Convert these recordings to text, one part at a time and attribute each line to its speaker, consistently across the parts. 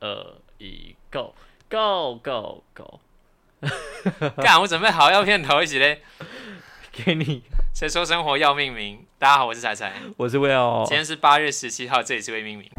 Speaker 1: 二一，Go Go Go Go，
Speaker 2: 干，我准备好要片头一起嘞。
Speaker 1: 给你，
Speaker 2: 谁说生活要命名？大家好，我是彩彩，
Speaker 1: 我是 Will，
Speaker 2: 今天是八月十七号，这里是未命名。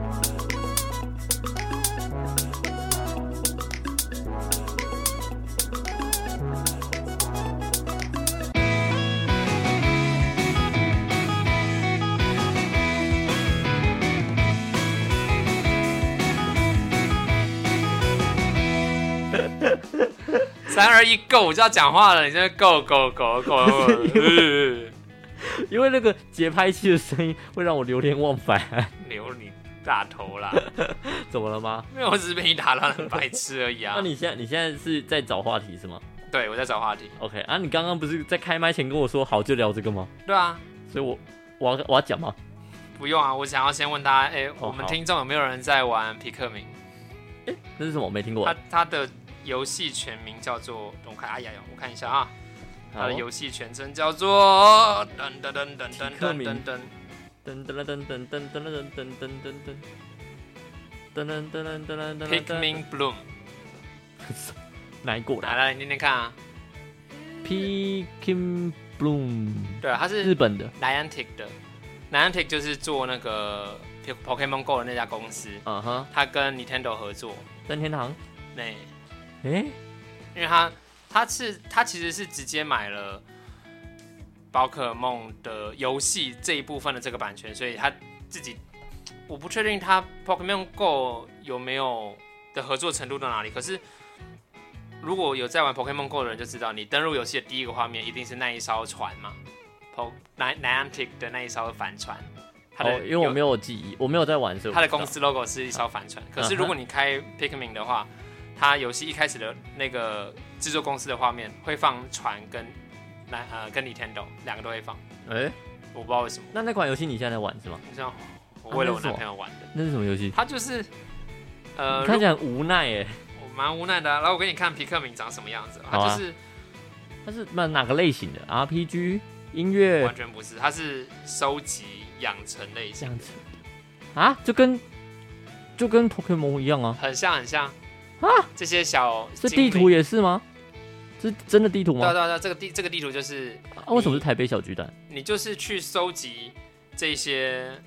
Speaker 2: 三二一，Go！我就要讲话了，你这 Go Go Go Go！呃
Speaker 1: 因为那个节拍器的声音会让我流连忘返。
Speaker 2: 留你大头啦！
Speaker 1: 怎么了吗？
Speaker 2: 没有，我只是被你打到很白痴而已啊
Speaker 1: 那。你现在你现在是在找话题是吗
Speaker 2: 对，我在找话题。
Speaker 1: ？OK，啊，你刚刚不是在开麦前跟我说好就聊这个吗？
Speaker 2: 对啊，
Speaker 1: 所以我我要我要讲吗？
Speaker 2: 不用啊，我想要先问大家，哎、我们
Speaker 1: 哦好
Speaker 2: 听众有没有人在玩皮克敏？
Speaker 1: 那是什么？我没听过。
Speaker 2: 它它的游戏全名叫做，我看，哎呀呀，我看一下啊，它
Speaker 1: 好
Speaker 2: 的游戏全称叫做噔噔噔噔噔
Speaker 1: 皮克
Speaker 2: 噔
Speaker 1: 敏
Speaker 2: 噔噔，
Speaker 1: 噔噔噔噔噔噔噔噔噔噔噔噔。噔噔噔噔噔噔噔
Speaker 2: Pikmin Bloom，
Speaker 1: 来过
Speaker 2: 来
Speaker 1: 来
Speaker 2: 来，你念念看啊。
Speaker 1: ，Peking Bloom
Speaker 2: 对，它是
Speaker 1: 日本的，
Speaker 2: Niantic 的，Niantic 就是做那个 Po- Pokemon Go 的那家公司，
Speaker 1: 嗯哼，
Speaker 2: 它跟 Nintendo 合作，
Speaker 1: 任天堂，
Speaker 2: 那
Speaker 1: 诶，
Speaker 2: 因为它它是它其实是直接买了宝可梦的游戏这一部分的这个版权，所以它自己我不确定它 Pokemon Go 有没有的合作程度到哪里，可是。如果有在玩 Pokemon Go 的人就知道，你登录游戏的第一个画面一定是那一艘船嘛，Po Ni- Niantic 的那一艘帆船。它的
Speaker 1: 哦，因为我
Speaker 2: 有
Speaker 1: 没有记忆，我没有在玩，所以我
Speaker 2: 它的
Speaker 1: 不知道
Speaker 2: 公司 logo 是一艘帆船。可
Speaker 1: 嗯
Speaker 2: 是
Speaker 1: 哼
Speaker 2: 如果你开 Pikmin 的话，它游戏一开始的那个制作公司的画面会放船跟那呃跟 Nintendo 两个都会放，
Speaker 1: 哎、
Speaker 2: 我不知道为什么，
Speaker 1: 那那款游戏你现在在玩是吗？
Speaker 2: 这样我为了我
Speaker 1: 那是什
Speaker 2: 男
Speaker 1: 么
Speaker 2: 朋友玩的，
Speaker 1: 那是什么游戏？
Speaker 2: 他就是呃
Speaker 1: 你看起来很无奈哎，
Speaker 2: 如我蛮无奈的啊、然后我给你看皮克敏长什么样子，它
Speaker 1: 好啊
Speaker 2: 就是
Speaker 1: 它是那哪个类型的？RPG 音乐
Speaker 2: 完全不是，它是收集养成类
Speaker 1: 这
Speaker 2: 型，
Speaker 1: 样子啊，就跟就跟 Pokemon 一样啊，
Speaker 2: 很像很像
Speaker 1: 啊，
Speaker 2: 这些小
Speaker 1: 这
Speaker 2: 精灵
Speaker 1: 地图也是吗？这是真的地图
Speaker 2: 对啊
Speaker 1: 吗？
Speaker 2: 对啊对啊，这个地这个地图就是
Speaker 1: 啊，为什么是台北小巨蛋？
Speaker 2: 你就是去收集这些。嗯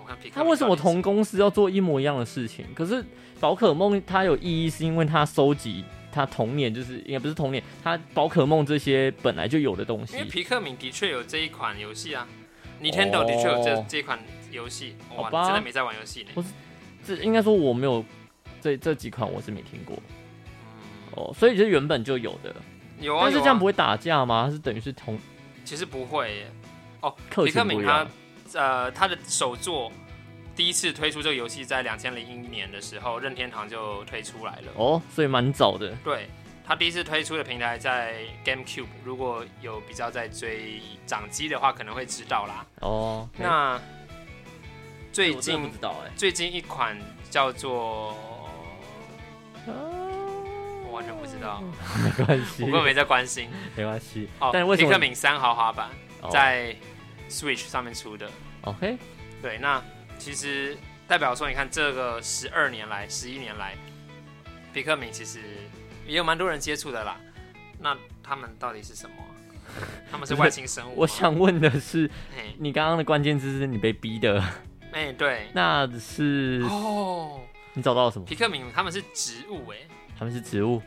Speaker 2: 我看皮克
Speaker 1: 它
Speaker 2: 敏
Speaker 1: 啊为什么
Speaker 2: 到底是
Speaker 1: 同公司要做一模一样的事情？可是宝可梦它有意义，是因为它收集它童年，就是也不是童年，它宝可梦这些本来就有的东西
Speaker 2: 因为。皮克敏的确有这一款游戏啊，Nintendo 的确有这、这一款游戏。哇，
Speaker 1: 哦好吧
Speaker 2: 你真的没在玩游戏呢
Speaker 1: 我。这应该说我没有这这几款我是没听过哦，所以这原本就有的。
Speaker 2: 嗯有啊，
Speaker 1: 但是
Speaker 2: 有啊
Speaker 1: 这样不会打架吗？它是等于是同
Speaker 2: 其实不会耶。
Speaker 1: 客
Speaker 2: 皮
Speaker 1: 群
Speaker 2: 克
Speaker 1: 不
Speaker 2: 敏
Speaker 1: 一
Speaker 2: 他
Speaker 1: 样。
Speaker 2: 呃他的首作第一次推出这个游戏在两千零一年的时候，任天堂就推出来了。
Speaker 1: 哦，所以蛮早的。
Speaker 2: 对，他第一次推出的平台在 GameCube，如果有比较在追掌机的话，可能会知道啦。
Speaker 1: 哦，
Speaker 2: 那
Speaker 1: 诶
Speaker 2: 最
Speaker 1: 我真的
Speaker 2: 近
Speaker 1: 不知道哎、
Speaker 2: 最近一款叫做，啊我完全不知道，
Speaker 1: 没关系
Speaker 2: 我，根本没在 关心。
Speaker 1: 没关系。
Speaker 2: 哦，
Speaker 1: 嗯但为什
Speaker 2: 皮克
Speaker 1: 么
Speaker 2: 敏三豪华版
Speaker 1: 哦
Speaker 2: 在 Switch 上面出的？
Speaker 1: OK？
Speaker 2: 对，那其实代表说，你看这个十二年来、十一年来，皮克敏其实也有蛮多人接触的啦。那他们到底是什么啊？他们是外星生物吗？
Speaker 1: 我想问的是，
Speaker 2: 嘿，
Speaker 1: 你刚刚的关键字是你被逼的，
Speaker 2: 哎、对，
Speaker 1: 那是
Speaker 2: 哦，
Speaker 1: 你找到了什么？
Speaker 2: 皮克敏他们是植物、哎，
Speaker 1: 他们是植物，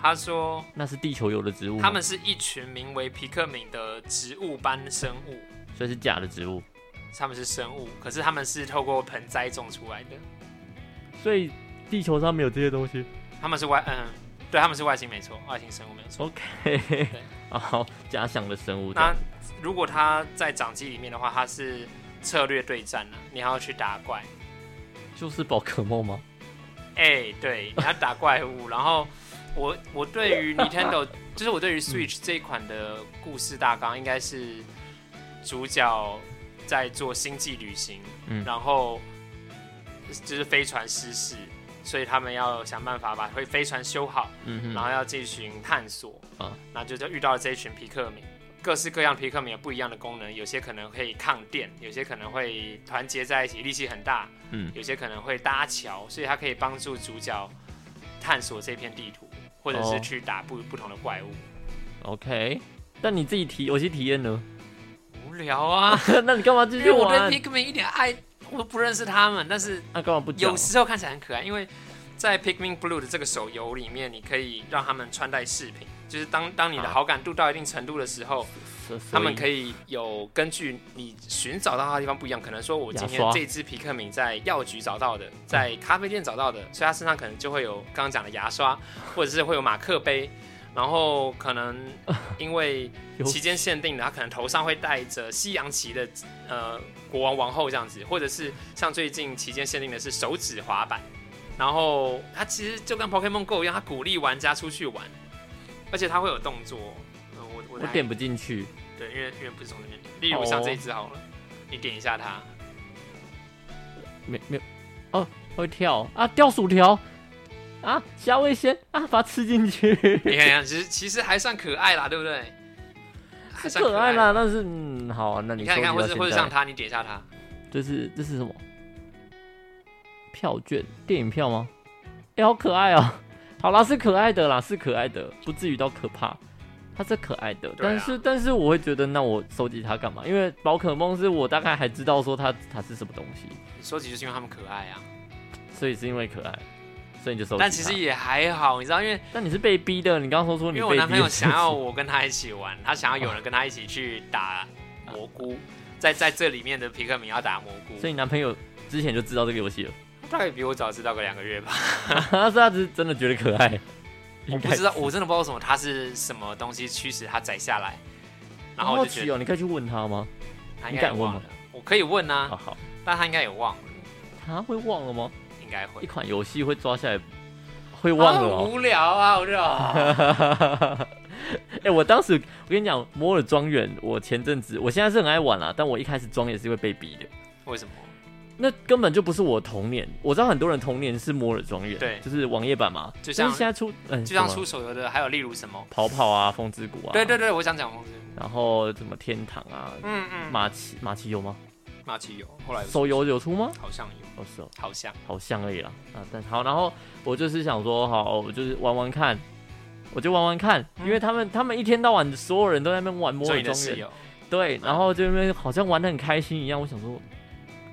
Speaker 2: 他说
Speaker 1: 那是地球有的植物吗，
Speaker 2: 他们是一群名为皮克敏的植物般生物，
Speaker 1: 所以是假的植物，
Speaker 2: 他们是生物，可是他们是透过盆栽种出来的，
Speaker 1: 所以地球上没有这些东西。
Speaker 2: 他们是外，嗯，对，他们是外星没错，外星生物没错。
Speaker 1: OK，好，假想的生物这样。
Speaker 2: 那如果它在掌机里面的话，它是策略对战啊，你还要去打怪，
Speaker 1: 就是宝可梦吗？
Speaker 2: 哎、对，你要打怪物，然后。我我对于 Nintendo，就是我对
Speaker 1: 嗯
Speaker 2: 于 Switch 这一款的故事大纲，应该是主角在做星际旅行，
Speaker 1: 嗯
Speaker 2: 然后就是飞船失事，所以他们要想办法把会飞船修好，
Speaker 1: 嗯
Speaker 2: 然后要进行探索
Speaker 1: 啊
Speaker 2: 啊，那就就遇到了这一群皮克敏，各式各样皮克敏有不一样的功能，有些可能可以抗电，有些可能会团结在一起，力气很大，
Speaker 1: 嗯
Speaker 2: 有些可能会搭桥，所以它可以帮助主角探索这片地图，或者
Speaker 1: 哦
Speaker 2: 是去打不、不同的怪物。
Speaker 1: ，OK。但你自己体有些体验呢？
Speaker 2: 无聊啊，
Speaker 1: 那你干嘛继
Speaker 2: 因
Speaker 1: 续
Speaker 2: 为我对
Speaker 1: 玩？
Speaker 2: 皮克敏一点爱，我都不认识他们，但是
Speaker 1: 那干嘛不讲
Speaker 2: 有？时候看起来很可爱，因为在 Pikmin Blue 的这个手游里面，你可以让他们穿戴饰品，就是当当你的
Speaker 1: 啊
Speaker 2: 好感度到一定程度的时候，他们可
Speaker 1: 以
Speaker 2: 以有根据你寻找到它的地方不一样，可能说我今
Speaker 1: 牙
Speaker 2: 天
Speaker 1: 刷
Speaker 2: 这只皮克敏在药局找到的，在咖啡店找到的，所以它身上可能就会有刚刚讲的牙刷，或者是会有马克杯，然后可能因为
Speaker 1: 有
Speaker 2: 期间限定的，它可能头上会戴着西洋旗的呃国王王后这样子，或者是像最近期间限定的是手指滑板，然后它其实就跟 Pokemon Go 一样，它鼓励玩家出去玩，而且它会有动作。 呃我 我
Speaker 1: 我
Speaker 2: 来
Speaker 1: 点不进去。
Speaker 2: 对，因为因为不是从那边点。例
Speaker 1: 哦
Speaker 2: 如像这一只好了，你点一下 它，
Speaker 1: 没没有，哦，会跳啊，掉薯条啊，虾味鲜啊，把它吃进去，
Speaker 2: 你看看，其实其实还算可爱啦，对不对？还算
Speaker 1: 可爱
Speaker 2: 爱
Speaker 1: 啦。。但是嗯，好啊，那
Speaker 2: 你
Speaker 1: 你
Speaker 2: 看你看，
Speaker 1: 收
Speaker 2: 或
Speaker 1: 集
Speaker 2: 者
Speaker 1: 到
Speaker 2: 或者
Speaker 1: 现
Speaker 2: 像
Speaker 1: 在，
Speaker 2: 它，你点一下它，
Speaker 1: 这是这是什么？票券电影票吗？哎、好可爱哦、好啦，是可爱的啦，是可爱的，不至于到可怕。它是可爱的，
Speaker 2: 对啊
Speaker 1: 但是、但是我会觉得，那我收集它干嘛？因为宝可梦是我大概还知道说它它是什么东西，
Speaker 2: 说起就是因为它们可爱啊。
Speaker 1: 所以是因为可爱，所以你就收集它。
Speaker 2: 但其实也还好，你知道，因为
Speaker 1: 但你是被逼的，你刚刚说说啊你
Speaker 2: 因为
Speaker 1: 被
Speaker 2: 我
Speaker 1: 逼的
Speaker 2: 男朋友
Speaker 1: 事
Speaker 2: 想
Speaker 1: 情
Speaker 2: 要我跟他一起玩，他想要有人跟他一起去打蘑菇，在在这里面的皮克敏要打蘑菇
Speaker 1: 所，以你男朋友之前就知道这个游戏了，
Speaker 2: 他大概比我早知道个两个月吧。
Speaker 1: 他说他只是真的觉得可爱，
Speaker 2: 我
Speaker 1: 应
Speaker 2: 不
Speaker 1: 该
Speaker 2: 知道，我真的不知道为什么它是什么东西驱使它摘下来，然后
Speaker 1: 我好
Speaker 2: 我就觉
Speaker 1: 奇
Speaker 2: 得
Speaker 1: 哦，你可以去问他吗？
Speaker 2: 他应
Speaker 1: 你
Speaker 2: 该也
Speaker 1: 敢问
Speaker 2: 忘
Speaker 1: 吗
Speaker 2: 了。我可以问啊
Speaker 1: 啊，，好，
Speaker 2: 但他应该也忘了，
Speaker 1: 他会忘了吗？
Speaker 2: 应该
Speaker 1: 一
Speaker 2: 会
Speaker 1: 款游戏会抓下来，会忘了
Speaker 2: 啊
Speaker 1: 哦。
Speaker 2: 无聊啊，我 就、哦、
Speaker 1: 哎、我当时我跟你讲，《摩尔庄园》，我前阵子，我现在是很爱玩啦，但我一开始装也是会被逼的。
Speaker 2: 为什么？
Speaker 1: 那根本就不是我童年，我知道很多人童年是《摩尔庄园》，
Speaker 2: 对
Speaker 1: 就是网页版嘛。
Speaker 2: 就
Speaker 1: 但
Speaker 2: 像
Speaker 1: 是现在出，嗯、
Speaker 2: 就像
Speaker 1: 什么
Speaker 2: 出手游的，还有例如什么？
Speaker 1: 跑跑啊，风之谷啊，
Speaker 2: 对对，对，我想讲风之谷，
Speaker 1: 然后什么天堂啊，
Speaker 2: 嗯嗯，
Speaker 1: 马奇马奇有吗？
Speaker 2: 马奇有，后来
Speaker 1: 手游有出吗？
Speaker 2: 好像有，
Speaker 1: 哦，是哦，
Speaker 2: 好像
Speaker 1: 好像而已啦。啊，但好，然后我就是想说，好，我就是玩玩看，我就玩玩看，
Speaker 2: 嗯
Speaker 1: 因为他们他们一天到晚所有人都在那边玩魔
Speaker 2: 所以
Speaker 1: 尔
Speaker 2: 你的
Speaker 1: 庄
Speaker 2: 室
Speaker 1: 园，
Speaker 2: 友，
Speaker 1: 对，然后这边好像玩的很开心一样。我想说，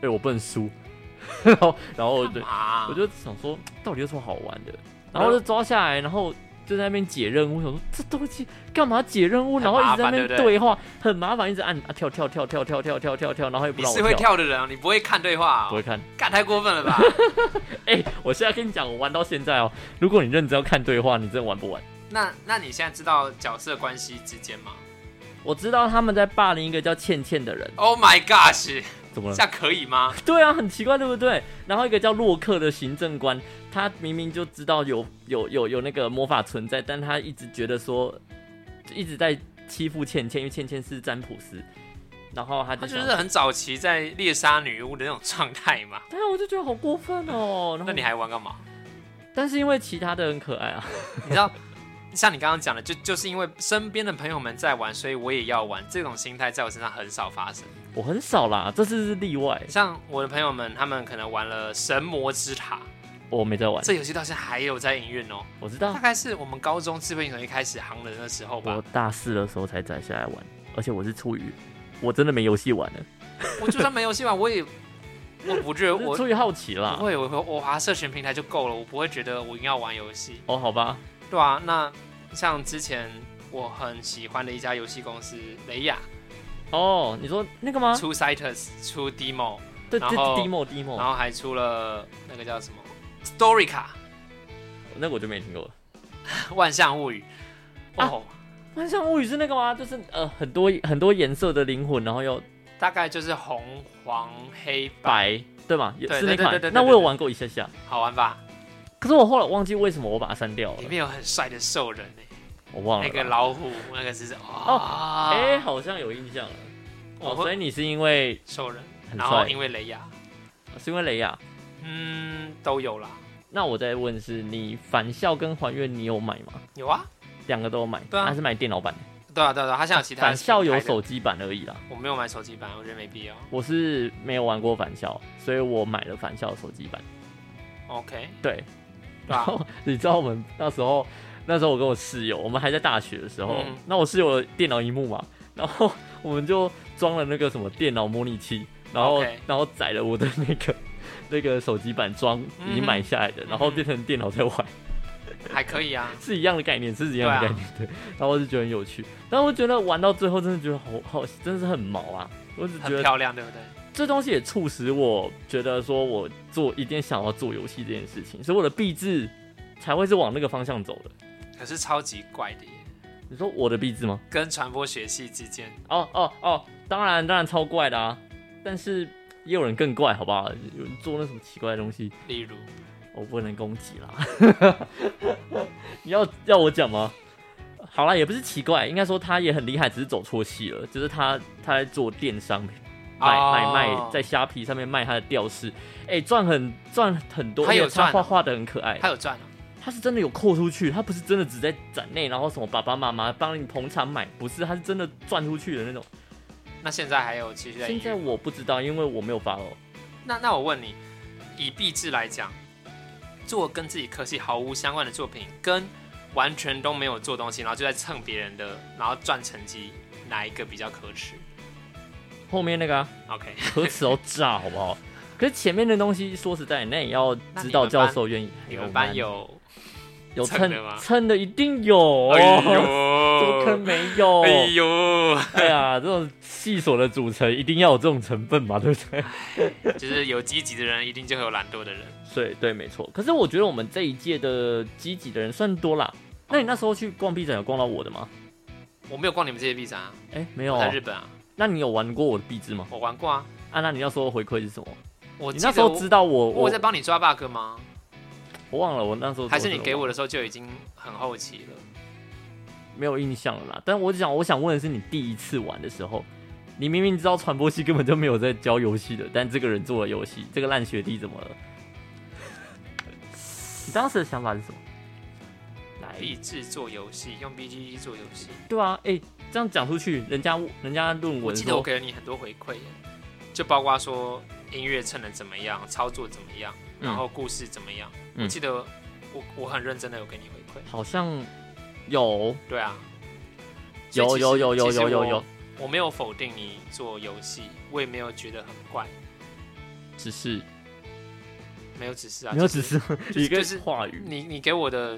Speaker 1: 哎、我不能输， 然后然后对，
Speaker 2: 啊
Speaker 1: 我，就想说，到底有什么好玩的？然后就抓下来，然后就在那边解任务。我想说这东西干嘛解任务？
Speaker 2: 很
Speaker 1: 然后一直在那
Speaker 2: 麻烦对不
Speaker 1: 边
Speaker 2: 对
Speaker 1: 对话，很麻烦，一直按啊跳跳跳跳跳跳跳跳跳，然后又不
Speaker 2: 你
Speaker 1: 让我
Speaker 2: 是会
Speaker 1: 跳，
Speaker 2: 跳的人啊，你不会看对话、
Speaker 1: 不会
Speaker 2: 哦，
Speaker 1: 看。
Speaker 2: 干太过分了吧？
Speaker 1: 哎、我现在跟你讲，我玩到现在哦，如果你认真要看对话，你真的玩不完。
Speaker 2: 那那你现在知道角色关系之间吗
Speaker 1: 我知道他们在霸凌一个叫倩倩的人，
Speaker 2: ？Oh my gosh，
Speaker 1: 怎么
Speaker 2: 这
Speaker 1: 了？
Speaker 2: 样可以吗？
Speaker 1: 对啊，很奇怪，对不对？然后一个叫洛克的行政官，他明明就知道有有有有那个魔法存在，但他一直觉得说，就一直在欺负倩倩，因为倩倩是占卜师。然后他
Speaker 2: 他
Speaker 1: 就
Speaker 2: 就
Speaker 1: 想，
Speaker 2: 是很早期在猎杀女巫的那种状态嘛。
Speaker 1: 对啊，我就觉得好过分哦。然
Speaker 2: 那
Speaker 1: 后
Speaker 2: 你，还玩干嘛？
Speaker 1: 但是因为其他的很可爱啊，
Speaker 2: 你知道，像你刚刚讲的，就就是因为身边的朋友们在玩，所以我也要玩。这种心态在我身上很少发生。
Speaker 1: 我很少啦，这次是例外，
Speaker 2: 像我的朋友们，他们可能玩了《神魔之塔》
Speaker 1: 我没在玩。
Speaker 2: 这游戏，到现在还有在营运哦。
Speaker 1: 我知道
Speaker 2: 大，概是我们高中智慧型手机开始行的那时候吧
Speaker 1: 嗯我。大四的时候才摘下来玩，而且我是出于我真的没游戏玩了，
Speaker 2: 我就算没游戏玩，我 也我不觉得
Speaker 1: 我
Speaker 2: 我
Speaker 1: 是出于好奇
Speaker 2: 不
Speaker 1: 啦。
Speaker 2: 会，我我滑社群平台就够了，我不会觉得我一定要玩游戏。
Speaker 1: 哦，好吧，
Speaker 2: 对啊，那像之前我很喜欢的一家游戏公司雷亚
Speaker 1: 哦，你说那个吗？
Speaker 2: 出 Citus 出 Demo，
Speaker 1: 对，这
Speaker 2: 然
Speaker 1: 是
Speaker 2: 后
Speaker 1: demo
Speaker 2: 然
Speaker 1: demo，
Speaker 2: 后还出了那个叫什么 Story 卡
Speaker 1: 那个我就没听过了。
Speaker 2: 《万象物语》
Speaker 1: 啊
Speaker 2: 哦，
Speaker 1: 万象物语是那个吗？就是呃很多很多颜色的灵魂，然后又
Speaker 2: 大概就是红、黄、黑、白，
Speaker 1: 白，对吗？也
Speaker 2: 对
Speaker 1: 是那
Speaker 2: 对对对
Speaker 1: 款
Speaker 2: 对。
Speaker 1: 那
Speaker 2: 对
Speaker 1: 我有
Speaker 2: 对
Speaker 1: 玩过一下下，
Speaker 2: 好玩吧？
Speaker 1: 可是我后来忘记为什么我把它删掉了
Speaker 2: 里，面有很帅的兽人欸
Speaker 1: 我忘了
Speaker 2: 那
Speaker 1: 啦。
Speaker 2: 个老虎，那个是哦，
Speaker 1: 哎，好像有印象了。
Speaker 2: 我
Speaker 1: 哦，
Speaker 2: 会
Speaker 1: 所以你是因为
Speaker 2: 兽人，
Speaker 1: 很
Speaker 2: 然后
Speaker 1: 帅
Speaker 2: 因，为雷亚，
Speaker 1: 是因为雷亚。
Speaker 2: 嗯，都有啦，
Speaker 1: 那我再问是，你返校跟还愿你有买吗？
Speaker 2: 有啊，
Speaker 1: 两个都有买，
Speaker 2: 对啊
Speaker 1: 还是买电脑版的？
Speaker 2: 对啊对啊对啊，他现在有其他
Speaker 1: 返校有
Speaker 2: 平台的
Speaker 1: 手机版而已啦。
Speaker 2: 我没有买手机版，我觉得没必要。
Speaker 1: 我是没有玩过返校，所以我买了返校的手机版。
Speaker 2: OK，
Speaker 1: 对，
Speaker 2: 对
Speaker 1: 然
Speaker 2: 啊吧、
Speaker 1: 后你知道我们那时候，那时候我跟我室友，我们还在大学的时候
Speaker 2: 嗯，
Speaker 1: 那我室友的电脑荧幕嘛，然后我们就装了那个什么电脑模拟器，然后
Speaker 2: OK
Speaker 1: 然后载了我的那个那个手机版装已
Speaker 2: 嗯
Speaker 1: 经
Speaker 2: 哼
Speaker 1: 买下来的，然后变成电脑在玩，
Speaker 2: 还可以 啊。
Speaker 1: 是一样的概念，是一样的
Speaker 2: 对啊
Speaker 1: 概念，对。然后我就觉得很有趣，但我觉得玩到最后真的觉得好好，真的是很毛啊。我只觉
Speaker 2: 很
Speaker 1: 得
Speaker 2: 漂亮，对不对？
Speaker 1: 这东西也促使我觉得说，我做一定想要做游戏这件事情，所以我的币制才会是往那个方向走的。
Speaker 2: 可是超级怪的耶，
Speaker 1: 你说我的币制吗？
Speaker 2: 跟传播学系之间，
Speaker 1: 哦哦哦，当然当然超怪的啊，但是也有人更怪，好不好？有人做那什么奇怪的东西，
Speaker 2: 例如
Speaker 1: 我不能攻击啦。 你要要我讲吗？好啦，也不是奇怪，应该说他也很厉害，只是走错戏了。就是他他在做电商卖、
Speaker 2: 哦
Speaker 1: 卖卖，在虾皮上面卖他的吊饰，哎、赚很赚很多，
Speaker 2: 他有
Speaker 1: 因为他
Speaker 2: 赚哦
Speaker 1: 画画的很可爱，
Speaker 2: 他有赚哦
Speaker 1: 他是真的有扣出去，他不是真的只在展内，然后什么爸爸妈妈帮你捧场买，不是，他是真的赚出去的那种。
Speaker 2: 那现在还有继续在
Speaker 1: 现
Speaker 2: 营
Speaker 1: 在
Speaker 2: 运。
Speaker 1: 我不知道，因为我没有发哦。
Speaker 2: 那那我问你，以币制来讲，做跟自己科系毫无相关的作品，跟完全都没有做东西，然后就在蹭别人的，然后赚成绩，哪一个比较可耻
Speaker 1: 后面那个、啊、
Speaker 2: ？OK，
Speaker 1: 可耻哦，炸好不好？ 可是前面的东西，说实在，那也要指导教授愿意。
Speaker 2: 你们
Speaker 1: 有
Speaker 2: 班
Speaker 1: 吗
Speaker 2: 有？
Speaker 1: 有
Speaker 2: 蹭
Speaker 1: 蹭
Speaker 2: 的吗
Speaker 1: 蹭的一定有，
Speaker 2: 哎
Speaker 1: 哦 怎么可能
Speaker 2: 呦，
Speaker 1: 没有？
Speaker 2: 哎呦，
Speaker 1: 哎呀，这种系所的组成一定要有这种成分嘛，对 不对？
Speaker 2: 就是有积极的人，一定就会有懒惰的人。
Speaker 1: 对对，没错。可是我觉得我们这一届的积极的人算多啦。那你那时候去逛 B 展有逛到我的吗？
Speaker 2: 我没有逛你们这些币展啊，
Speaker 1: 哎，没有
Speaker 2: 我
Speaker 1: 哦
Speaker 2: 在。日本啊，
Speaker 1: 那你有玩过我的壁纸吗？
Speaker 2: 我玩过啊。
Speaker 1: 啊，那你那时候回馈是什么？
Speaker 2: 我
Speaker 1: 你
Speaker 2: 记
Speaker 1: 那
Speaker 2: 得
Speaker 1: 时候
Speaker 2: 我
Speaker 1: 知道我
Speaker 2: 我有在帮你抓 bug 吗？
Speaker 1: 我忘了，我那时候
Speaker 2: 还是你给我
Speaker 1: 的
Speaker 2: 的时候就已经很后期了？
Speaker 1: 没有印象了啦。但我只想我想问的是，你第一次玩的时候，你明明知道传播系根本就没有在教游戏的，但这个人做了游戏，这个烂学弟怎 么了？你当时的想法是什么？来，
Speaker 2: 币制做游戏，用 BGE 做游戏。
Speaker 1: 对啊，哎、这样讲出去，人家人家论
Speaker 2: 我
Speaker 1: 文
Speaker 2: 记得我
Speaker 1: 说，
Speaker 2: 给了你很多回馈耶，就包括说音乐蹭的怎么样，操作怎么样，
Speaker 1: 嗯
Speaker 2: 然后故事怎么样。
Speaker 1: 嗯
Speaker 2: 我记得我我很认真的有给你回馈。
Speaker 1: 好像有
Speaker 2: 对啊，所
Speaker 1: 有
Speaker 2: 以其实
Speaker 1: 有有有
Speaker 2: 其实
Speaker 1: 有有
Speaker 2: 我
Speaker 1: 有，
Speaker 2: 我没有否定你做游戏，我也没有觉得很怪，
Speaker 1: 只是
Speaker 2: 没有指示啊，
Speaker 1: 没有
Speaker 2: 就
Speaker 1: 只是
Speaker 2: 就
Speaker 1: 一个
Speaker 2: 就是
Speaker 1: 话语。
Speaker 2: 你你给我的，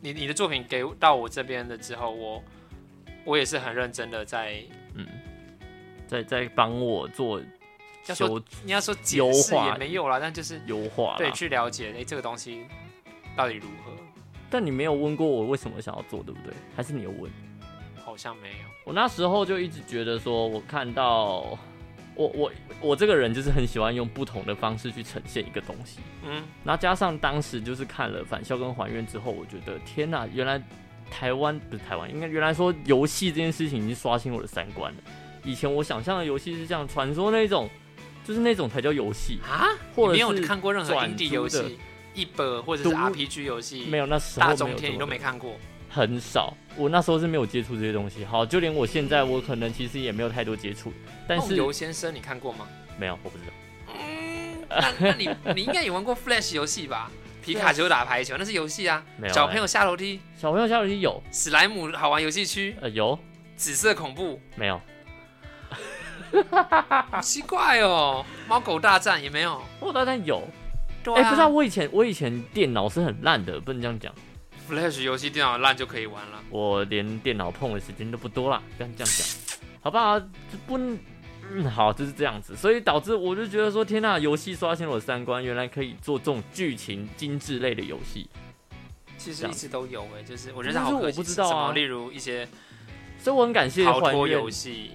Speaker 2: 你你的作品给到我这边的之后，我我也是很认真的在，
Speaker 1: 嗯，在在帮我做
Speaker 2: 要说
Speaker 1: 修
Speaker 2: 你要说解
Speaker 1: 优
Speaker 2: 释
Speaker 1: 化
Speaker 2: 也没有啦，但就是
Speaker 1: 优化
Speaker 2: 对
Speaker 1: 啦。
Speaker 2: 去了解，哎、这个东西到底如何，
Speaker 1: 但你没有问过我为什么想要做，对不对？还是你有问？
Speaker 2: 好像没有。
Speaker 1: 我那时候就一直觉得说，我看到我我我这个人就是很喜欢用不同的方式去呈现一个东西。
Speaker 2: 嗯，
Speaker 1: 然后加上当时就是看了《返校》跟《还愿》之后，我觉得天呐，原来台湾不是台湾，应该原来说游戏这件事情已经刷新我的三观了。以前我想象的游戏是这样，传说那种，就是那种才叫游戏，
Speaker 2: 啊，
Speaker 1: 或
Speaker 2: 你
Speaker 1: 者
Speaker 2: 没有
Speaker 1: 是
Speaker 2: 看过任何
Speaker 1: 转
Speaker 2: indie
Speaker 1: 租
Speaker 2: 游
Speaker 1: 的
Speaker 2: 戏、一本或者是
Speaker 1: 独
Speaker 2: RPG 游戏，
Speaker 1: 没有那时候
Speaker 2: 大
Speaker 1: 没
Speaker 2: 中
Speaker 1: 有
Speaker 2: 天你
Speaker 1: 这
Speaker 2: 都
Speaker 1: 么
Speaker 2: 没看过，
Speaker 1: 很少，我那时候是没有接触这些东西。好，就连我现在，我可能其实也没有太多接触，但
Speaker 2: 梦
Speaker 1: 是
Speaker 2: 游先生你看过吗？
Speaker 1: 没有，我不知道。嗯
Speaker 2: 那那你你应该也玩过 Flash 游戏吧？皮
Speaker 1: 啊
Speaker 2: 卡丘打排球那是游戏啊
Speaker 1: 没，有
Speaker 2: 小
Speaker 1: 欸
Speaker 2: 朋友下楼梯，
Speaker 1: 小朋友下游戏有，
Speaker 2: 史莱姆好玩游戏区，
Speaker 1: 呃，有
Speaker 2: 紫色恐怖，
Speaker 1: 没有？啊
Speaker 2: 好奇怪哦，猫狗大战也没有。
Speaker 1: 我当然有。
Speaker 2: 对
Speaker 1: 哎、
Speaker 2: 啊，
Speaker 1: 不知道，我以前我以前电脑是很烂的，不能这样讲，
Speaker 2: Flash 游戏电脑烂就可以玩了。
Speaker 1: 我连电脑碰的时间都不多啦，不要这样讲，好不好？这不能。嗯，好，就是这样子，所以导致我就觉得说，天呐、游戏刷新了我的三观，原来可以做这种剧情精致类的游戏，这
Speaker 2: 其实一
Speaker 1: 样
Speaker 2: 直都有哎、就是我觉得
Speaker 1: 但是
Speaker 2: 好可
Speaker 1: 我
Speaker 2: 惜
Speaker 1: 不知道啊
Speaker 2: 什么例如一些
Speaker 1: 所以我很感谢
Speaker 2: 逃
Speaker 1: 还
Speaker 2: 脱
Speaker 1: 愿
Speaker 2: 游，戏，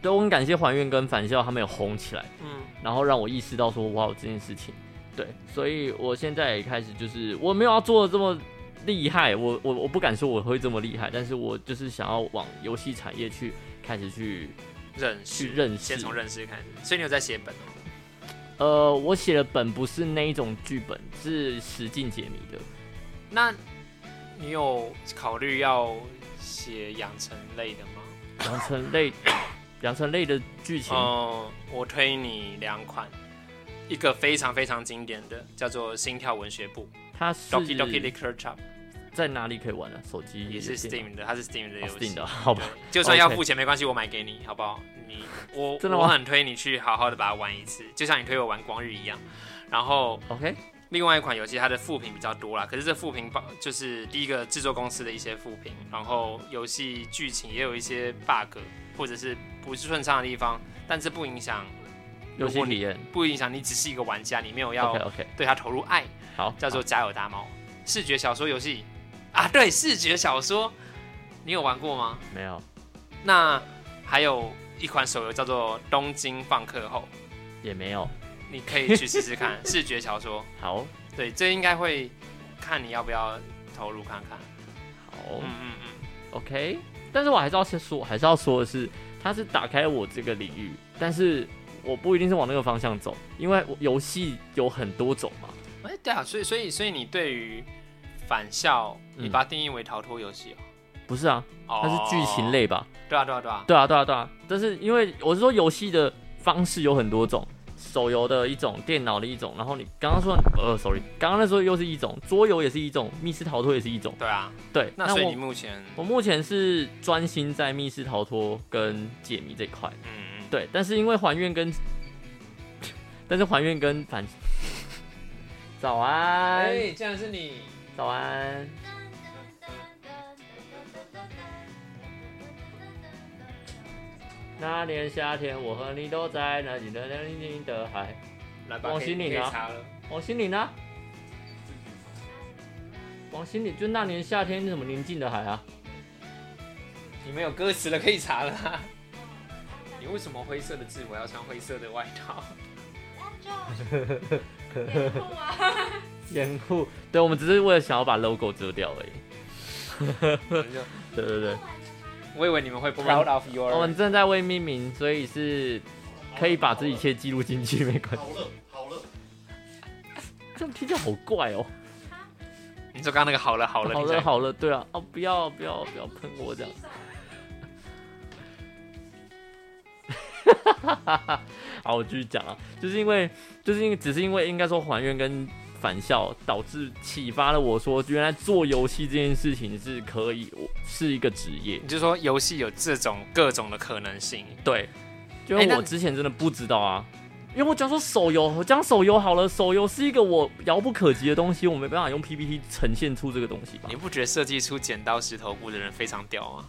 Speaker 1: 对我很感谢还愿跟返校他们有红起来。
Speaker 2: 嗯，
Speaker 1: 然后让我意识到说，哇，这件事情，对，所以我现在也开始就是我没有要做的这么厉害，我我我不敢说我会这么厉害，但是我就是想要往游戏产业去开始去，
Speaker 2: 认识
Speaker 1: 去认识
Speaker 2: 先从认识开始。所以你有在写本哦，
Speaker 1: 呃，我写的本不是那一种剧本，是实境解谜的，
Speaker 2: 那你有考虑要写养成类的吗？
Speaker 1: 养成 类养成类的剧情，
Speaker 2: 嗯，我推你两款，一个非常非常经典的叫做《心跳文学部
Speaker 1: 它》是
Speaker 2: （Doki Doki Literature Shop），
Speaker 1: 在哪里可以玩呢、手机
Speaker 2: 也是 Steam 的，它是 Steam 的游戏
Speaker 1: 哦 Steam 的，好吧？
Speaker 2: 就算要
Speaker 1: OK
Speaker 2: 付钱没关系，我买给你，好不好？你我
Speaker 1: 真的吗
Speaker 2: 我很推你去好好的把它玩一次，就像你推我玩光日一样。然后
Speaker 1: OK，
Speaker 2: 另外一款游戏它的负评比较多啦，可是这负评包就是第一个制作公司的一些负评，然后游戏剧情也有一些 bug 或者是不顺畅的地方，但这不影响
Speaker 1: 游戏
Speaker 2: 如果你
Speaker 1: 体验
Speaker 2: 不影响你只是一个玩家，你没有要
Speaker 1: OK OK，
Speaker 2: 对它投入爱，
Speaker 1: 好，
Speaker 2: 叫做《家有大猫》视觉小说游戏啊，对，视觉小说，你有玩过吗？
Speaker 1: 好啊没有
Speaker 2: 那还有一款手游叫做《东京放课后
Speaker 1: 也没有，》，
Speaker 2: 你可以去试试 看视觉小说。
Speaker 1: 好
Speaker 2: 对，这应该会看你要不要投入看看。
Speaker 1: 好
Speaker 2: 嗯嗯嗯，
Speaker 1: OK，但是我还是要先说，还是要说的是，它是打开我这个领域，但是我不一定是往那个方向走，因为我游戏有很多种嘛。
Speaker 2: 哎、对啊，所以所以所以你对于返校，
Speaker 1: 嗯
Speaker 2: 你把它定义为逃脱游戏
Speaker 1: 不是啊，
Speaker 2: 哦？
Speaker 1: 它是剧情类吧？
Speaker 2: 哦。对啊对啊对啊。
Speaker 1: 对啊，对啊，对啊。但是因为我是说游戏的方式有很多种，手游的一种，电脑的一种，然后你刚刚说呃，sorry，刚刚那时候又是一种，桌游也是一种，密室逃脱也是一种。
Speaker 2: 对啊，
Speaker 1: 对，
Speaker 2: 那所以
Speaker 1: 我
Speaker 2: 你目前，
Speaker 1: 我目前是专心在密室逃脱跟解谜这一块。
Speaker 2: 嗯嗯，
Speaker 1: 对，但是因为还愿跟，但是还愿跟反，早安，
Speaker 2: 哎，竟然是你，
Speaker 1: 早安。那年夏天，我和你都在那里的宁静的海。
Speaker 2: 来吧，
Speaker 1: 王
Speaker 2: 可以
Speaker 1: 心凌
Speaker 2: 可以
Speaker 1: 啊
Speaker 2: 查了。
Speaker 1: 王心凌呢？王心凌就那年夏天什么宁静的海啊？
Speaker 2: 你们有歌词了，可以查了 啊。你为什么灰色的制服要穿灰色的外套？
Speaker 1: 掩护，对我们只是为了想要把 logo 遮掉而已。
Speaker 2: 我就
Speaker 1: 对对对，
Speaker 2: 我以为你们会哦 proud of your
Speaker 1: 我们正在为命名，所以是可以把这一切记录进去，没关系。
Speaker 3: 好了好了，
Speaker 1: 这样听起来好怪哦。
Speaker 2: 你说刚刚那个好了好了，
Speaker 1: 好
Speaker 2: 你在
Speaker 1: 了好了，对啊，哦不要不要不要喷我这样。好，我继续讲啊，就是因为就是因为只是因为应该说还原跟返校导致启发了我说，原来做游戏这件事情是可以，我是一个职业。
Speaker 2: 你就说游戏有这种各种的可能性，
Speaker 1: 对，因为
Speaker 2: 哎那
Speaker 1: 我之前真的不知道啊。因为我讲说手游，我讲手游好了，手游是一个我遥不可及的东西，我没办法用 PPT 呈现出这个东西吧
Speaker 2: 你。不觉得设计出剪刀石头布的人非常屌吗？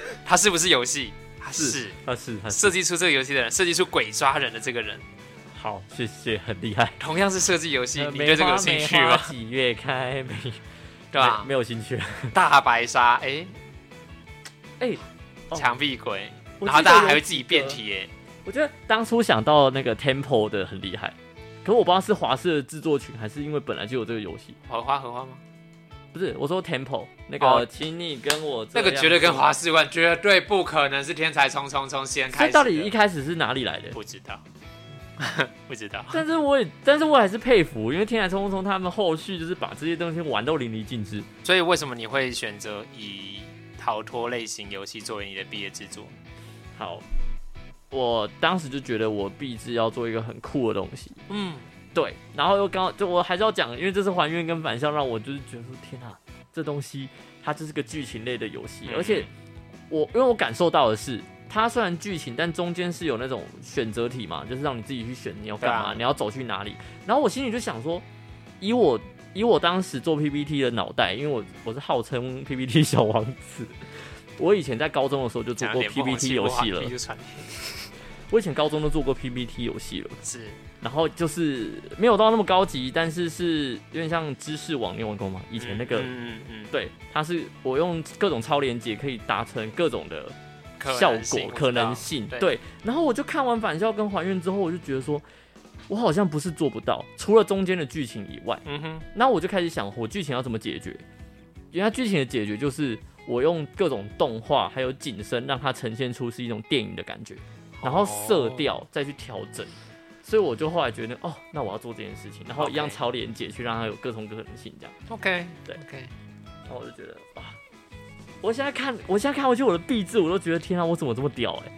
Speaker 2: 他是不是游戏？他是
Speaker 1: 啊是啊是，
Speaker 2: 设计出这个游戏的人，设计出鬼抓人的这个人，
Speaker 1: 好，谢谢，很厉害。
Speaker 2: 同样是设计游戏，
Speaker 1: 呃
Speaker 2: 你
Speaker 1: 梅
Speaker 2: 对这个
Speaker 1: 花
Speaker 2: 有兴趣
Speaker 1: 梅花
Speaker 2: 吗？
Speaker 1: 几月开？没
Speaker 2: 对吧
Speaker 1: 没？有兴趣。
Speaker 2: 大白鲨，哎，
Speaker 1: 哎哦
Speaker 2: 墙壁鬼，
Speaker 1: 我
Speaker 2: 然后
Speaker 1: 记得
Speaker 2: 大家
Speaker 1: 有
Speaker 2: 还会
Speaker 1: 几
Speaker 2: 自己变
Speaker 1: 个。
Speaker 2: 体耶。
Speaker 1: 我觉得当初想到那个 Temple 的很厉害，可我不知道是华视的制作群，还是因为本来就有这个游戏。
Speaker 2: 荷花荷花吗？
Speaker 1: 不是，我说 Temple 那个，
Speaker 2: 哦
Speaker 1: 请你跟我这
Speaker 2: 那
Speaker 1: 样
Speaker 2: 个绝对跟华。视冠绝对不可能是天才冲冲冲先开
Speaker 1: 这
Speaker 2: 始的。
Speaker 1: 到底一开始是哪里来的？
Speaker 2: 不知道， 不知道。
Speaker 1: 但是我也，但是我还是佩服，因为天才冲冲他们后续就是把这些东西玩到淋漓尽致。
Speaker 2: 所以为什么你会选择以逃脱类型游戏作为你的毕业制作？
Speaker 1: 好，我当时就觉得我必志要做一个很酷的东西，
Speaker 2: 嗯，
Speaker 1: 对，然后又刚好就我还是要讲，因为这次还原跟反向让我就是觉得说天啊，这东西它就是个剧情类的游戏，
Speaker 2: 嗯
Speaker 1: 而且我因为我感受到的是，它虽然剧情，但中间是有那种选择题嘛，就是让你自己去选你要干嘛，
Speaker 2: 对啊
Speaker 1: 你要走去哪里。然后我心里就想说，以我以我当时做 PPT 的脑袋，因为我我是号称 PPT 小王子，我以前在高中的时候就做
Speaker 2: 讲
Speaker 1: 过
Speaker 2: 脸不红
Speaker 1: PPT
Speaker 2: 气不
Speaker 1: 游
Speaker 2: 滑
Speaker 1: 戏了
Speaker 2: 屁，就传
Speaker 1: 我以前高中都做过 PPT 游戏了。
Speaker 2: 是
Speaker 1: 然后就是没有到那么高级，但是是有点像知识网，你有玩过吗？ 以
Speaker 2: 以
Speaker 1: 前那个，
Speaker 2: 嗯嗯
Speaker 1: 对，它是我用各种超连接可以达成各种的
Speaker 2: 嗯，
Speaker 1: 效果可能
Speaker 2: 性
Speaker 1: 性，
Speaker 2: 对
Speaker 1: 对。然后我就看完返校跟还愿之后，我就觉得说，我好像不是做不到，除了中间的剧情以外，
Speaker 2: 我知道，嗯哼，
Speaker 1: 那我就开始想，我剧情要怎么解决？原来剧情的解决就是我用各种动画还有景深，让它呈现出是一种电影的感觉，
Speaker 2: 哦
Speaker 1: 然后色调再去调整。所以我就后来决定，哦，那我要做这件事情，然后
Speaker 2: OK
Speaker 1: 一样超连接去让它有各种可能性，这样。
Speaker 2: OK，
Speaker 1: 对
Speaker 2: ，OK，
Speaker 1: 然后我就觉得，哇，啊我现在看，我现在看回去我的壁纸，我都觉得天啊，我怎么这么屌哎、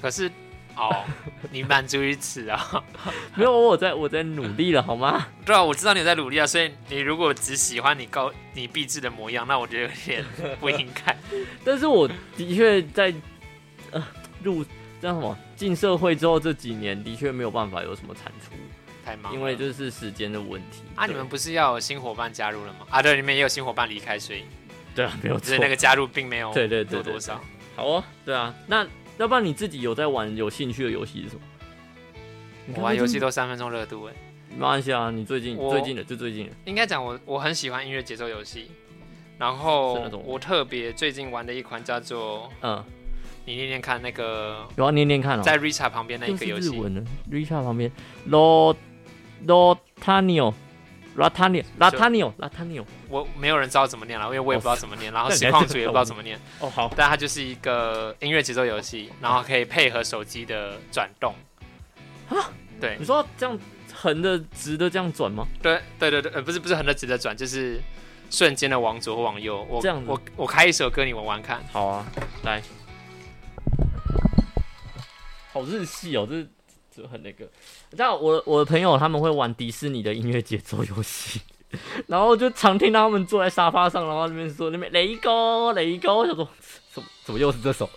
Speaker 2: 可是哦，你满足于此啊？
Speaker 1: 没有，我在我在努力了好吗？
Speaker 2: 对啊，我知道你在努力啊，所以你如果只喜欢你高你壁纸的模样，那我觉得有 点不应该。
Speaker 1: 但是我的确在呃入叫什么进社会之后这几年，的确没有办法有什么产出，
Speaker 2: 太忙了，
Speaker 1: 因为就是时间的问题
Speaker 2: 啊，
Speaker 1: 对
Speaker 2: 你们不是要有新伙伴加入了吗？啊，对，你们也有新伙伴离开，所以
Speaker 1: 对啊，没有
Speaker 2: 所
Speaker 1: 错
Speaker 2: 以，那个加入并没有
Speaker 1: 对对对
Speaker 2: 多
Speaker 1: 对
Speaker 2: 多少。
Speaker 1: 好哦，对啊，那要不然你自己有在玩有兴趣的游戏是什么？你
Speaker 2: 我
Speaker 1: 看
Speaker 2: 玩游戏
Speaker 1: 最
Speaker 2: 都三分钟热度哎，
Speaker 1: 近没关系啊，你最近
Speaker 2: 我
Speaker 1: 最近的就最近的，
Speaker 2: 应该讲我我很喜欢音乐节奏游戏，然
Speaker 1: 是
Speaker 2: 后
Speaker 1: 那种
Speaker 2: 我特别最近玩的一款叫做
Speaker 1: 嗯，
Speaker 2: 你念念看那个
Speaker 1: 有啊，念念看哦，
Speaker 2: 在 Richard 旁边那一
Speaker 1: 就
Speaker 2: 个
Speaker 1: 是
Speaker 2: 游
Speaker 1: 日
Speaker 2: 戏，
Speaker 1: 文的 Richard 旁边 Lo Lotanio。Ratanio, Ratanio, Ratanio。
Speaker 2: 我没有人知道怎么念了，因为我也不知道怎么念，然后
Speaker 1: 哦那你还
Speaker 2: 实况
Speaker 1: 真
Speaker 2: 组也
Speaker 1: 的
Speaker 2: 不知道怎么念，
Speaker 1: 哦，好，
Speaker 2: 但它就是一个音乐节奏游戏，然后可以配合手机的转动。
Speaker 1: 啊
Speaker 2: 对
Speaker 1: 你说这样横的、直的这样转吗？
Speaker 2: 对对对对，呃，不是不是横着直着转，就是瞬间的往左或往右。我
Speaker 1: 这样子
Speaker 2: 我我开一首歌你玩玩看，
Speaker 1: 好啊，来，好日系哦，这这很那个。你知道我我的朋友他们会玩迪士尼的音乐节奏游戏，然后就常听到他们坐在沙发上，然后那边说那边雷哥雷哥，我想说怎么怎么又是这首？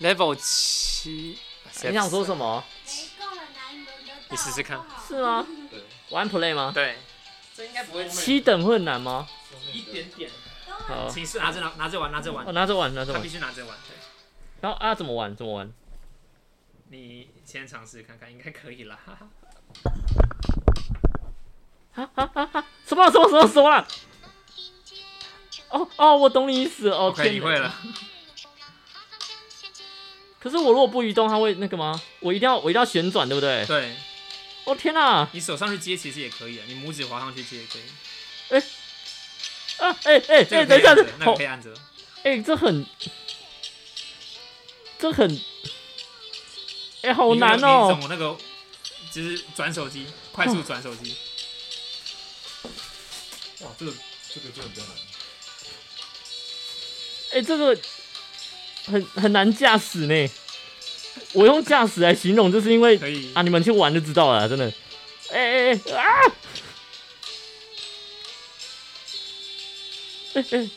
Speaker 2: Level 七，
Speaker 1: 你想说什么？
Speaker 3: 没够了，哪里轮得到？
Speaker 2: 你试试看
Speaker 3: 好不好
Speaker 1: 是吗玩 play 吗？
Speaker 2: 对，这应该不会
Speaker 1: 七等会很难吗？
Speaker 2: 一点点，
Speaker 1: 好，
Speaker 2: 请是拿着拿拿着玩拿着玩
Speaker 1: 哦，拿着玩拿着玩。
Speaker 2: 须拿着玩。对，
Speaker 1: 然后啊，怎么玩？怎么玩？
Speaker 2: 你先尝试看看，应该可以啦。
Speaker 1: 什么什么什么什么啦？哦哦，我懂你意思哦。
Speaker 2: OK，
Speaker 1: 天
Speaker 2: 你
Speaker 1: 哪
Speaker 2: 会了。
Speaker 1: 可是我如果不移动，它会那个吗？我一定要我一定要旋转，对不对？
Speaker 2: 对
Speaker 1: 哦天哪、啊！
Speaker 2: 你手上去接其实也可以啊，你拇指滑上去接也可以。
Speaker 1: 哎哎
Speaker 2: 这
Speaker 1: 哎，
Speaker 2: 个可
Speaker 1: 等
Speaker 2: 以
Speaker 1: 一下
Speaker 2: 按
Speaker 1: 子
Speaker 2: 着，那
Speaker 1: 好
Speaker 2: 个可以按着。
Speaker 1: 哎、这很，这很，哎、好
Speaker 2: 你有没有
Speaker 1: 难哦、
Speaker 2: 你懂那个就是转手机，快速转手机。
Speaker 4: 哇，这个这个真的比较难。
Speaker 1: 哎、这个很很难驾驶呢。我用驾驶来形容，就是因为
Speaker 2: 可 以
Speaker 1: 啊，你们去玩就知道了啦，真的。哎哎哎啊！哎哎，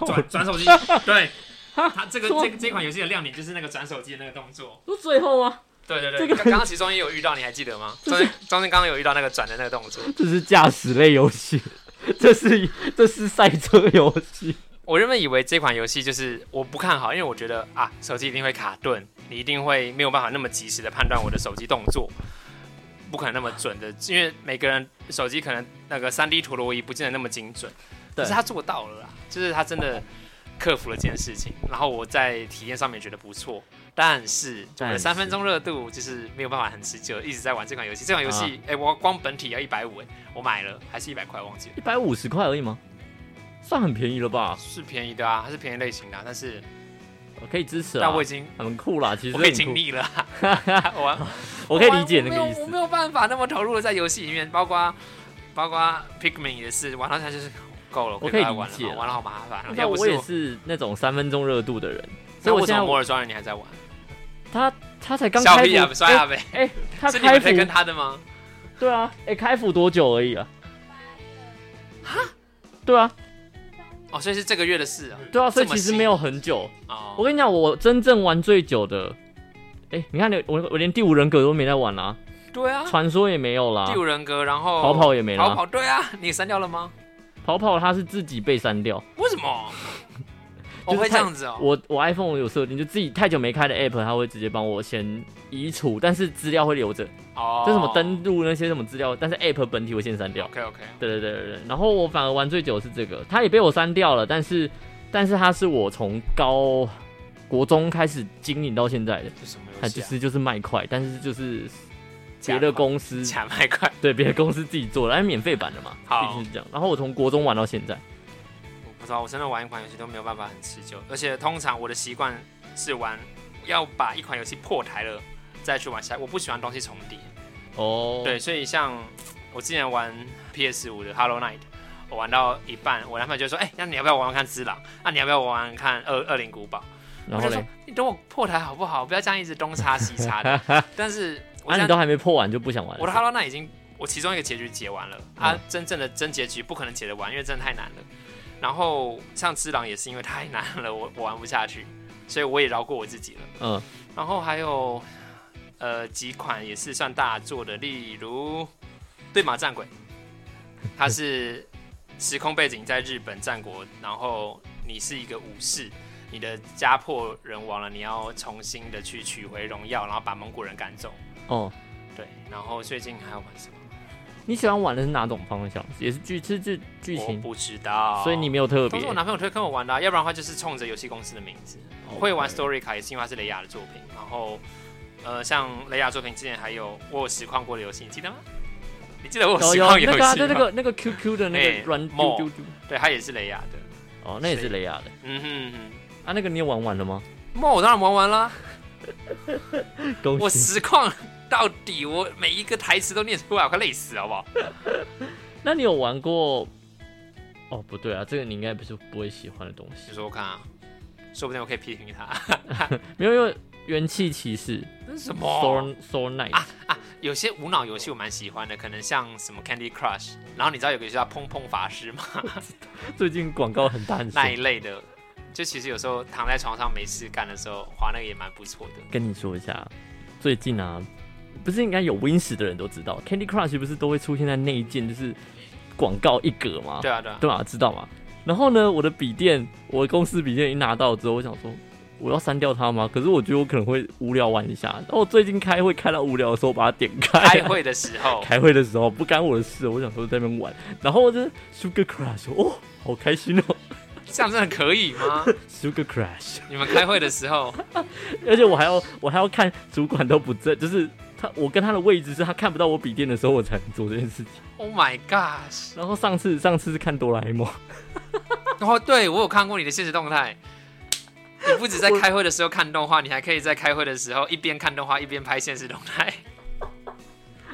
Speaker 1: 哦
Speaker 2: 转转手 机，对。它这个
Speaker 1: 什么
Speaker 2: 这个这款游戏的亮点就是那个转手机的那个动作。
Speaker 1: 是最后吗？
Speaker 2: 对对
Speaker 1: 这
Speaker 2: 对，
Speaker 1: 个
Speaker 2: 刚刚刚其中也有遇到，你还记得吗？中间中间刚刚有遇到那个转的那个动作，
Speaker 1: 这是驾驶类游戏，这是这是赛车游戏。
Speaker 2: 我原本以为这款游戏就是我不看好，因为我觉得啊，手机一定会卡顿，你一定会没有办法那么及时的判断我的手机动作，不可能那么准的，因为每个人手机可能那个三 D 陀螺仪不见得那么精准，
Speaker 1: 对
Speaker 2: 可是他做到了啦，就是他真的克服了这件事情，然后我在体验上面觉得不错，但是我
Speaker 1: 但
Speaker 2: 的
Speaker 1: 是
Speaker 2: 三分钟热度就是没有办法很持久，一直在玩这款游戏，这款游戏
Speaker 1: 啊
Speaker 2: 哎、我光本体要一百五哎，我买了还是一百块忘记了。
Speaker 1: 一百五十块而已吗？算很便宜了吧？
Speaker 2: 是便宜的啊，它是便宜类型的啊、但是
Speaker 1: 我可以支持啊
Speaker 2: 但我，已经
Speaker 1: 很酷啦，其实
Speaker 2: 我可以
Speaker 1: 很酷
Speaker 2: 尽力了、我
Speaker 1: 我可以理解那个
Speaker 2: 我没
Speaker 1: 意
Speaker 2: 有我
Speaker 1: 思
Speaker 2: 没。有办法那么投入的在游戏里面，包括包括 Pikmin 也是，玩到它就是够了，
Speaker 1: 我
Speaker 2: 我
Speaker 1: 可以
Speaker 2: 不要玩
Speaker 1: 理解
Speaker 2: 了，玩了好麻烦。
Speaker 1: 那
Speaker 2: 要不
Speaker 1: 我
Speaker 2: 是
Speaker 1: 也是那种三分钟热度的人，所
Speaker 2: 那
Speaker 1: 以我
Speaker 2: 为
Speaker 1: 现
Speaker 2: 什
Speaker 1: 在
Speaker 2: 么摩尔庄园你还在玩？
Speaker 1: 他他才刚
Speaker 2: 小
Speaker 1: 开
Speaker 2: 屁啊，
Speaker 1: 服，
Speaker 2: 刷
Speaker 1: 哎
Speaker 2: 啊呗，
Speaker 1: 哎，他
Speaker 2: 是你们
Speaker 1: 开
Speaker 2: 在跟
Speaker 1: 服
Speaker 2: 他的吗？
Speaker 1: 对啊，哎，开服多久而已啊？对啊，
Speaker 2: 哦，所以是这个月的事啊。
Speaker 1: 对啊，所以
Speaker 2: 这么
Speaker 1: 其实
Speaker 2: 新
Speaker 1: 没有很久。我
Speaker 2: 哦，
Speaker 1: 跟你讲，我真正玩最久的，哎，你看你我我连第五人格都没在玩啦，
Speaker 2: 对啊，
Speaker 1: 传说也没有啦
Speaker 2: 第，五人格，然后
Speaker 1: 逃跑也没
Speaker 2: 逃
Speaker 1: 啦，
Speaker 2: 跑，对啊，你删掉了吗？
Speaker 1: 逃跑它是自己被删掉。
Speaker 2: 为什么？
Speaker 1: 就
Speaker 2: 我
Speaker 1: 是
Speaker 2: 会这
Speaker 1: 太
Speaker 2: 样子哦。
Speaker 1: 我我 iPhone 有设定，就自己太久没开的 app，它会直接帮我先移除，但是资料会留着，
Speaker 2: 哦，
Speaker 1: 就什么登录那些什么资料，但是 app 本体我先删掉。
Speaker 2: ？OK OK，
Speaker 1: 对对对对对。然后我反而玩最久是这个，它也被我删掉了，但是但是它是我从高国中开始经营到现在的，
Speaker 2: 这什么
Speaker 1: 它
Speaker 2: 游
Speaker 1: 其
Speaker 2: 戏啊？
Speaker 1: 实就是卖块，但是就是
Speaker 2: 假
Speaker 1: 别的
Speaker 2: 卖
Speaker 1: 公司
Speaker 2: 卡麦块，
Speaker 1: 对别的公司自己做的，但是免费版的嘛，
Speaker 2: 好
Speaker 1: 毕竟是这样。然后我从国中玩到现在，
Speaker 2: 我不知道，我真的玩一款游戏都没有办法很持久，而且通常我的习惯是玩，要把一款游戏破台了再去玩下，我不喜欢东西重叠，
Speaker 1: 哦，
Speaker 2: 对，，所以像我之前玩 PS 五的 Hello Night，我玩到一半，我男朋友就说：“哎、那你要不要玩玩看《只狼》？那、你要不要玩玩看呃二《恶恶灵古堡》？”
Speaker 1: 然
Speaker 2: 我
Speaker 1: 后
Speaker 2: 就说
Speaker 1: 嘞，：“啊
Speaker 2: 你等我破台好不好？不要这样一直东插西 插的。”但是我
Speaker 1: 啊，
Speaker 2: 现
Speaker 1: 你
Speaker 2: 在、
Speaker 1: 都还没破完就不想玩了，
Speaker 2: 我的
Speaker 1: 是吧
Speaker 2: Hello Night 已经我其中一个结局解完了，啊，真正的真结局不可能解得完，因为真的太难了。然后像《只狼》也是因为太难了， 我我玩不下去，所以我也饶过我自己了。
Speaker 1: 嗯，
Speaker 2: 然后还有呃几款也是算大作的，例如《对马战鬼》，它是时空背景在日本战国，然后你是一个武士，你的家破人亡了，你要重新的去取回荣耀，然后把蒙古人赶走。
Speaker 1: 哦，
Speaker 2: 对，然后最近还有玩什么？
Speaker 1: 你喜欢玩的是哪种方向？也是剧，是剧剧
Speaker 2: 我
Speaker 1: 情，
Speaker 2: 不知道，
Speaker 1: 所以你没有特
Speaker 2: 都
Speaker 1: 别
Speaker 2: 是我男朋友推坑我玩的啊、要不然的话就是冲着游戏公司的名字。
Speaker 1: OK
Speaker 2: 会玩 Story 卡也是因为它是雷亚的作品，然后呃，像雷亚作品之前还有我有实况过的游戏，你记得吗？你记得我有
Speaker 1: 有
Speaker 2: 实
Speaker 1: 有
Speaker 2: 况游
Speaker 1: 那个
Speaker 2: 戏吗、
Speaker 1: 啊对那个那个 QQ 的那
Speaker 2: 哎
Speaker 1: 个软丢
Speaker 2: More
Speaker 1: 丢丢，
Speaker 2: 对，它也是雷亚的。
Speaker 1: 哦，那也是雷亚的
Speaker 2: 嗯哼嗯
Speaker 1: 啊，那个你有玩完了吗？
Speaker 2: 哼，梦我当然玩 完啦，
Speaker 1: 恭
Speaker 2: 我
Speaker 1: 喜！
Speaker 2: 实况到底，我每一个台词都念出来，我快累死了，好不好？
Speaker 1: 那你有玩过？哦，不对啊，这个你应该不是不会喜欢的东西
Speaker 2: 你，说我看啊，说不定我可以批评他。
Speaker 1: 没有，因为元气骑士
Speaker 2: 那是什么？
Speaker 1: Soul Soul Knight，
Speaker 2: 有些无脑游戏我蛮喜欢的，可能像什么 Candy Crush，然后你知道有个游戏叫碰碰法师吗？
Speaker 1: 最近广告很大很
Speaker 2: 那一
Speaker 1: 凶。
Speaker 2: 类的，就其实有时候躺在床上没事干的时候，滑那个也蛮不错的。
Speaker 1: 跟你说一下，最近啊，不是应该有 Win 十的人都知道，Candy Crush 不是都会出现在那一件就是广告一格吗？
Speaker 2: 对啊，对啊，
Speaker 1: 对啊，知道嘛。然后呢，我的笔电，我公司笔电一拿到之后，我想说我要删掉它吗？可是我觉得我可能会无聊玩一下。然后我最近开会开到无聊的时候，把它点开。
Speaker 2: 开会的时 候，
Speaker 1: 开会的时候不干我的事，我想说在那边玩。然后我就 Sugar Crash，哦，好开心哦
Speaker 2: 这样真的可以吗？
Speaker 1: ，Sugar Crash。
Speaker 2: 你们开会的时 候，
Speaker 1: 而且我还要我还要看主管都不在，就是他我跟他的位置是他看不到我笔电的时候，我才能做这件事情。
Speaker 2: Oh my gosh！
Speaker 1: 然后上次上次是看哆啦 A 梦，
Speaker 2: 哦，对我有看过你的现实动态，你不止在开会的时候看动画，你还可以在开会的时候一边看动画一边拍现实动态。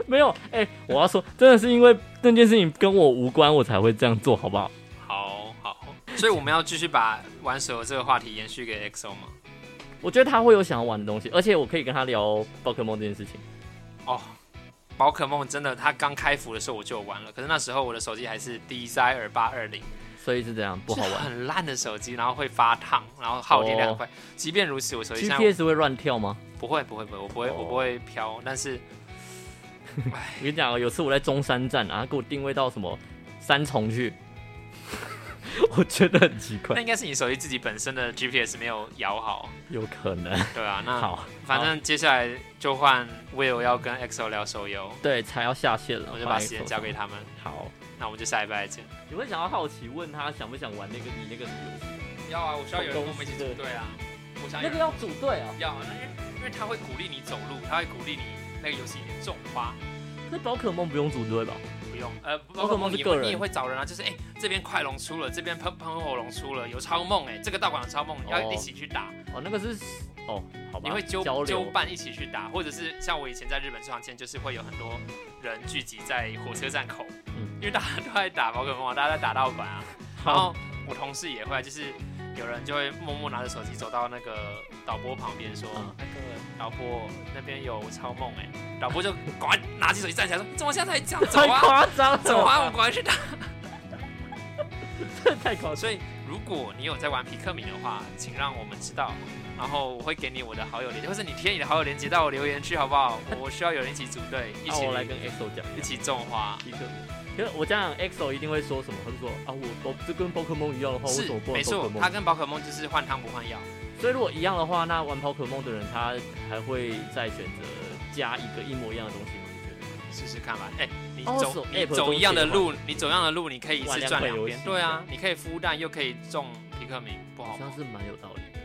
Speaker 1: 没有哎、我要说真的是因为那件事情跟我无关，我才会这样做，好不好？
Speaker 2: 好好，所以我们要继续把玩手游这个话题延续给 XO 吗？
Speaker 1: 我觉得他会有想要玩的东西，而且我可以跟他聊宝可梦这件事情。
Speaker 2: 哦，宝可梦真的，它刚开服的时候我就有玩了，可是那时候我的手机还是 Desire 八二零。
Speaker 1: 所以是这样，不好
Speaker 2: 是
Speaker 1: 玩。哦
Speaker 2: 很烂的手机，然后会发烫，然后耗电量很快。即便如此，我手机现在
Speaker 1: GPS 会乱跳吗？
Speaker 2: 不会不会不会，我不会、
Speaker 1: 哦
Speaker 2: 我不会飘，但是
Speaker 1: 我跟你讲哦，有次我在中山站啊，给我定位到什么三重去， 我觉得很奇
Speaker 2: 那
Speaker 1: 怪，
Speaker 2: 应该是你手机自己本身的 GPS 没有摇好，
Speaker 1: 有可能。
Speaker 2: 对啊，那
Speaker 1: 好，
Speaker 2: 反正接下来就换 Will 要跟 XO 聊手游，
Speaker 1: 对，才要下线了，
Speaker 2: 我就把时间交给
Speaker 1: 他。
Speaker 2: 他们，
Speaker 1: 好，
Speaker 2: 那我们就下礼拜见。
Speaker 1: 你会想要好奇问他想不想玩那个你那个什么游戏？
Speaker 2: 要啊，我需
Speaker 1: 要有人跟我们一起组
Speaker 2: 队啊，我想
Speaker 1: 那个要组队啊，
Speaker 2: 要，因为因为他会鼓励你走路，他会鼓励你那个游戏里面种花。
Speaker 1: 那宝可梦不用组队吧？
Speaker 2: 不用，呃，
Speaker 1: 宝可梦哦是
Speaker 2: 你
Speaker 1: 个
Speaker 2: 会
Speaker 1: 人
Speaker 2: 你也会找人啊，就是哎、这边快龙出了，这边喷喷火龙出了，有超梦哎、这个道馆有超梦，要
Speaker 1: 哦
Speaker 2: 一起去打，
Speaker 1: 哦，那个是哦，好吧，
Speaker 2: 你会揪
Speaker 1: 交
Speaker 2: 揪
Speaker 1: 流。
Speaker 2: 伴一起去打，或者是像我以前在日本最常见，就是会有很多人聚集在火车站口，
Speaker 1: 嗯
Speaker 2: 因为大家都在打宝可梦啊，大家在打道馆啊，然
Speaker 1: 好，
Speaker 2: 后我同事也会，啊就是有人就会默默拿着手机走到那个导播旁边说，
Speaker 1: 嗯
Speaker 2: 那个导播那边有超梦哎、导播就赶快拿起手机站起来说，你怎么现在 才这样走
Speaker 1: 太
Speaker 2: 啊？
Speaker 1: 夸张哦了，
Speaker 2: 走啊，我们赶快去打。
Speaker 1: 太夸张。
Speaker 2: 所以，如果你有在玩皮克敏的话，请让我们知道，然后我会给你我的好友连接，或者你贴你的好友连接到我留言区，好不好？我需要有人一起组队，一
Speaker 1: 那
Speaker 2: 起、
Speaker 1: 我来跟 XO 讲
Speaker 2: 一起种花。
Speaker 1: 一个。可是我这样 XO 一定会说什么？他就说啊，我宝这跟宝可梦一样的话，为
Speaker 2: 是
Speaker 1: 什么不，玩
Speaker 2: 没
Speaker 1: 宝
Speaker 2: 错
Speaker 1: 可，梦
Speaker 2: 他？跟宝可梦就是换汤不换药。
Speaker 1: 所以如果一样的话，那玩宝可梦的人他还会再选择加一个一模一样的东西吗？你觉得
Speaker 2: 试试看吧。哎、你
Speaker 1: 哦
Speaker 2: 走、
Speaker 1: 手
Speaker 2: 你
Speaker 1: app 的
Speaker 2: 走一样的
Speaker 1: 东西的
Speaker 2: 路，你走一样的路，你可以一次
Speaker 1: 玩两
Speaker 2: 赚
Speaker 1: 款
Speaker 2: 两
Speaker 1: 游
Speaker 2: 边。
Speaker 1: 戏
Speaker 2: 对啊，你可以孵蛋，又可以种皮克敏，不好
Speaker 1: 好
Speaker 2: 吗
Speaker 1: 像？是蛮有道理的。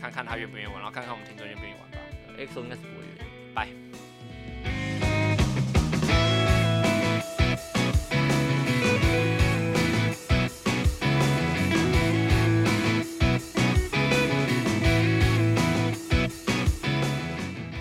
Speaker 2: 看看他愿不愿意玩，然后看看我们听众愿不愿意玩吧。
Speaker 1: XO 应该是不会愿意。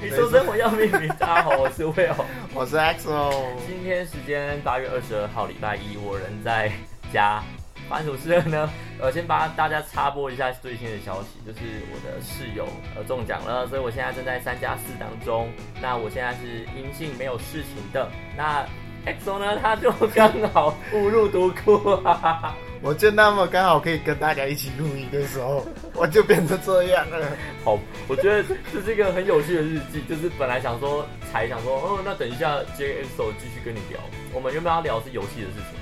Speaker 1: 你说生活要命名，大家好，我是 Will。
Speaker 5: 我是 EXO，
Speaker 1: 今天时间八月二十二号，礼拜一，我人在家。发生什么事了呢？呃，先帮大家插播一下最新的消息，就是我的室友呃中奖了，所以我现在正在三加四当中。那我现在是阴性，没有事情的。那 XO 呢，他就刚好误入毒窟、啊，
Speaker 5: 我就那么刚好可以跟大家一起录音的时候，我就变成这样了。
Speaker 1: 好，我觉得这是一个很有趣的日记，就是本来想说才想说，哦，那等一下 J X O 继续跟你聊，我们原本要聊的是游戏的事情，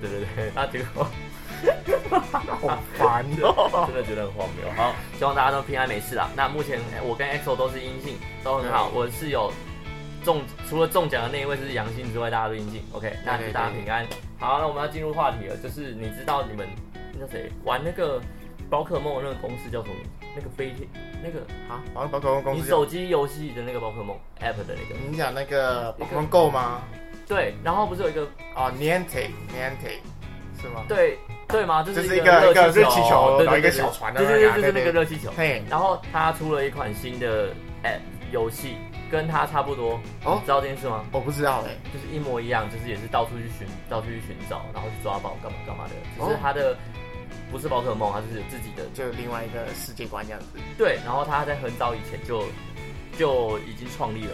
Speaker 5: 对，
Speaker 1: 对对对，那结果
Speaker 5: 好烦哦。
Speaker 1: 真的觉得很荒谬。好，希望大家都平安没事啦。那目前哎我跟 XO 都是阴性，都很好。我是有中，除了中奖的那一位是阳性之外，大家都阴性。OK，那
Speaker 5: 对
Speaker 1: 祝
Speaker 5: 对
Speaker 1: 大家平安。好，那我们要进入话题了，就是你知道你们那叫谁玩那个宝可梦的那个公司叫什么名字？那个飞天那个啊，
Speaker 5: 好像宝可梦公
Speaker 1: 你
Speaker 5: 司
Speaker 1: 手
Speaker 5: 有，
Speaker 1: 机游戏的那个宝可梦 App 的那个，
Speaker 5: 你讲那个宝可梦 Go 吗？
Speaker 1: 对，然后不是有一个
Speaker 5: 哦，Niantic Niantic 是吗？
Speaker 1: 对对吗？就
Speaker 5: 就是是一个一个
Speaker 1: 热
Speaker 5: 热气球，
Speaker 1: 对
Speaker 5: 然
Speaker 1: 对
Speaker 5: 后一
Speaker 1: 对，
Speaker 5: 个小船的
Speaker 1: 对
Speaker 5: 那
Speaker 1: 对
Speaker 5: 个啊，
Speaker 1: 对，就是那个
Speaker 5: 对。
Speaker 1: 热气球。
Speaker 5: 嘿，
Speaker 1: 然后他出了一款新的 App 游戏，跟他差不多，
Speaker 5: 哦
Speaker 1: 你知道这件事吗？
Speaker 5: 我不知道哎。
Speaker 1: 就是一模一样，就是也是到处去寻，到处去寻找，然后去抓宝干嘛干嘛的，只
Speaker 5: 哦
Speaker 1: 是他的。不是宝可梦，它就是有自己的
Speaker 5: 就另外一个世界观这样子。
Speaker 1: 对，然后他在很早以前就就已经创立了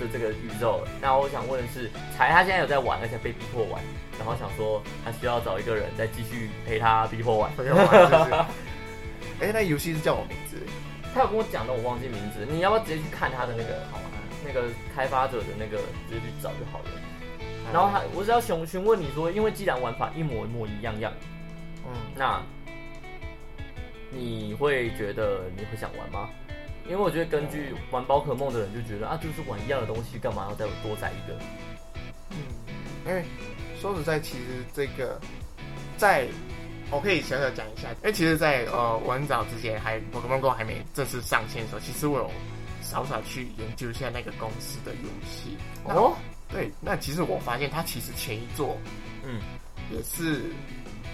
Speaker 1: 就这个宇宙了。那我想问的是，才他现在有在玩，而且被逼迫玩，然后想说他需要找一个人再继续陪他逼迫玩。
Speaker 5: 朋 友玩是不是？哎、那游戏是叫我名字，
Speaker 1: 他有跟我讲的，我忘记名字，你要不要直接去看他的那个好吗？那个开发者的那个直接去找就好了。然后他，我只要询询问你说，因为既然玩法一模一模一样样，
Speaker 5: 嗯，
Speaker 1: 那你会觉得你会想玩吗？因为我觉得根据玩宝可梦的人就觉得啊，就是玩一样的东西，干嘛要再多载一个？嗯
Speaker 5: 因为哎说实在，其实这个在我可以小小讲一下，因为其实在，呃我很早之前还 Pokemon Go 还没正式上线的时候，其实我有少少去研究一下那个公司的游戏。那
Speaker 1: 哦，
Speaker 5: 对，那其实我发现它其实前一座
Speaker 1: 嗯，
Speaker 5: 也是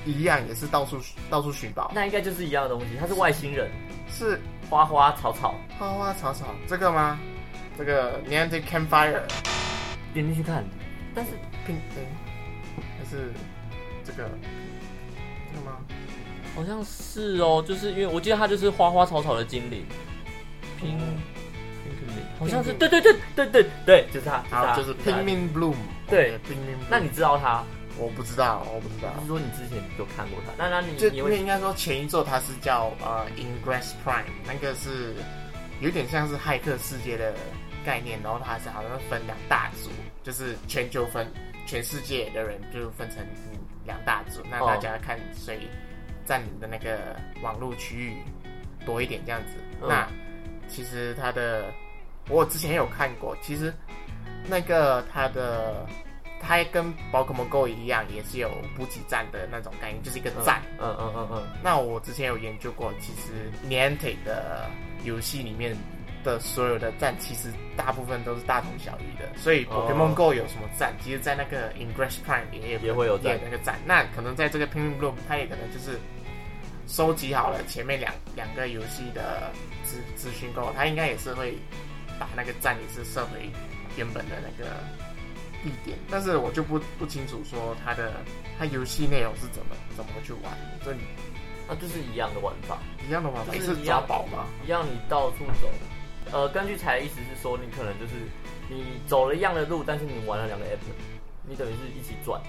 Speaker 5: 一样，也是到处到处寻宝，
Speaker 1: 那应该就是一样的东西，他是外星人，
Speaker 5: 是
Speaker 1: 花花草草，
Speaker 5: 花花草草这个吗？这个 Niantic Campfire。
Speaker 1: 点进去看，但是
Speaker 5: 拼哎，还是这个这个吗？
Speaker 6: 好像是哦，就是因为我记得他就是花花草草的精灵，
Speaker 1: 嗯
Speaker 6: 拼拼灵，好像是对对对对对。
Speaker 1: 对，就是他，就是
Speaker 5: 好，
Speaker 1: 他，
Speaker 5: 就是
Speaker 1: 他
Speaker 5: Pikmin Bloom。
Speaker 1: 对
Speaker 5: ，Pikmin Bloom。
Speaker 1: 那你知道他？
Speaker 5: 我不知道，我不知道
Speaker 1: 就是。说你之前有看过他？那那你
Speaker 5: 就
Speaker 1: 你
Speaker 5: 因
Speaker 1: 会
Speaker 5: 为应该说前一座它是叫呃 Ingress Prime，那个是有点像是骇客世界的概念，然后它是好像分两大组，就是全球分全世界的人就分成两大组，那
Speaker 1: 哦
Speaker 5: 大家看谁占领的那个网络区域多一点这样子。
Speaker 1: 嗯
Speaker 5: 那其实它的我之前有看过，其实那个它的。它跟宝可梦 Go 一样，也是有补给站的那种概念，就是一个站，
Speaker 1: 嗯嗯嗯嗯，
Speaker 5: 那我之前有研究过，其实 Niantic 的游戏里面的所有的站，其实大部分都是大同小异的。所以
Speaker 1: 哦
Speaker 5: Pokemon Go 有什么站，其实，在那个 Ingress Prime 也
Speaker 1: 也会有
Speaker 5: 也
Speaker 1: 站
Speaker 5: 有那个站。那可能在这个 p i n g Room，它也可能就是收集好了前面两两个游戏的资资讯后，它应该也是会把那个站也是设回原本的那个地点，但是我就不不清楚说它的它游戏内容是怎么怎么去玩，这里
Speaker 1: 那就是一样的玩法。
Speaker 5: 一样的玩法也
Speaker 1: 就是
Speaker 5: 是
Speaker 1: 一
Speaker 5: 抓
Speaker 1: 样
Speaker 5: 宝吗？
Speaker 1: 一样你到处走。呃，根据才的意思是说，你可能就是你走了一样的路，但是你玩了两个 app，你等于是一起转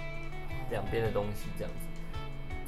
Speaker 1: 两边的东西这样子。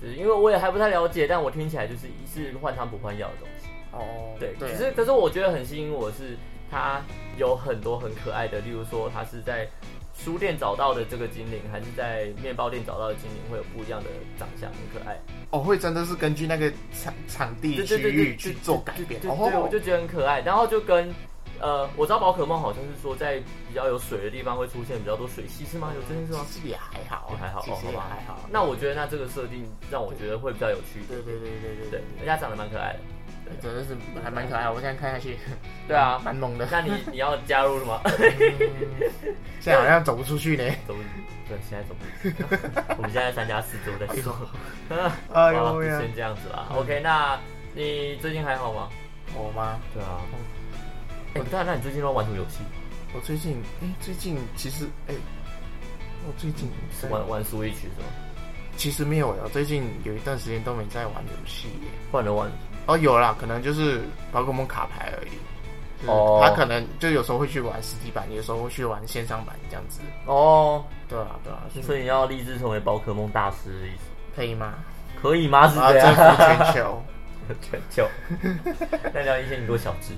Speaker 1: 就是因为我也还不太了解，但我听起来就是一是换汤不换药的东西。
Speaker 5: 哦，
Speaker 1: 对，
Speaker 5: 对
Speaker 1: 可，是可是我觉得很吸引我是它有很多很可爱的，例如说它是在书店找到的这个精灵，还是在面包店找到的精灵，会有不一样的长相，很可爱。
Speaker 5: 哦，会真的是根据那个场场地
Speaker 1: 对
Speaker 5: 区
Speaker 1: 对对对
Speaker 5: 域去做改变，
Speaker 1: 对对对，我
Speaker 5: 哦
Speaker 1: 就，觉得很可爱。然后就跟呃，我知道宝可梦好像是说在比较有水的地方会出现比较多水系，是啊吗？有这件事吗？
Speaker 5: 其实也还好
Speaker 1: 也，还好，
Speaker 5: 嗯其
Speaker 1: 哦，
Speaker 5: 实
Speaker 1: 好
Speaker 5: 也
Speaker 1: 吧
Speaker 5: 还好。
Speaker 1: 那我觉得那这个设定让我觉得会比较有趣，
Speaker 5: 对对对对对
Speaker 1: 对，而且它长得蛮可爱的。
Speaker 5: 对，真的是还蛮可爱。我现在看下去，
Speaker 1: 对啊，
Speaker 5: 蛮萌的。
Speaker 1: 那你你要加入什么？
Speaker 5: 现在好像走不出去呢。
Speaker 1: 走不对，现在走不出去。我们现在三加四周在说， 好
Speaker 5: 哎
Speaker 1: 了，
Speaker 5: 呦
Speaker 1: 就
Speaker 5: 喂啊，
Speaker 1: 先这样子啦。OK，那你最近还好吗？
Speaker 5: 我吗？
Speaker 1: 对啊，哎、对啊，那你最近都在玩什么游戏？
Speaker 5: 我最近，哎、最近其实，哎、我最近
Speaker 1: 是玩玩 Switch 是吗？
Speaker 5: 其实没有我最近有一段时间都没在玩游戏耶。
Speaker 1: 不然能玩
Speaker 5: 哦，有啦，可能就是宝可梦卡牌而已。就是
Speaker 1: 哦
Speaker 5: 他可能就有时候会去玩实体版，有时候会去玩线上版这样子。
Speaker 1: 哦。
Speaker 5: 对啊，对啊，
Speaker 1: 所以你要立志成为宝可梦大师的意思，
Speaker 5: 可以吗？
Speaker 1: 可以吗？是
Speaker 5: 啊，
Speaker 1: 这
Speaker 5: 征服
Speaker 1: 样。
Speaker 5: 全球。
Speaker 1: 全球。 那聊一些你跟小智，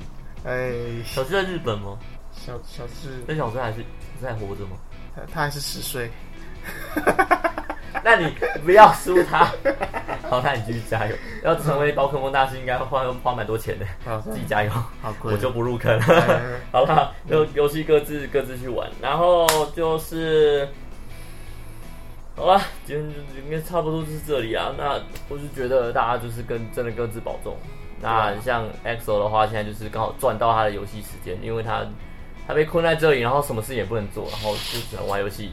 Speaker 5: 哎，
Speaker 1: 小哎智在日本吗？
Speaker 5: 小小智，
Speaker 1: 那小智还是小智还活着吗？
Speaker 5: 他他还是十岁。
Speaker 1: 那你不要输他。 好，那你继续加油。要成为宝可梦大师，应该花花蛮多钱的，
Speaker 5: 好
Speaker 1: 自己加油。
Speaker 5: 好贵，
Speaker 1: 我就不入坑
Speaker 5: 嗯
Speaker 1: 了。好啦，就游戏各自各自去玩，然后就是，好啦，今天就应该差不多就是这里啊。那我是觉得大家就是跟真的各自保重。那像 EXO 的话，现在就是刚好赚到他的游戏时间，因为他他被困在这里，然后什么事也不能做，然后就只能玩游戏，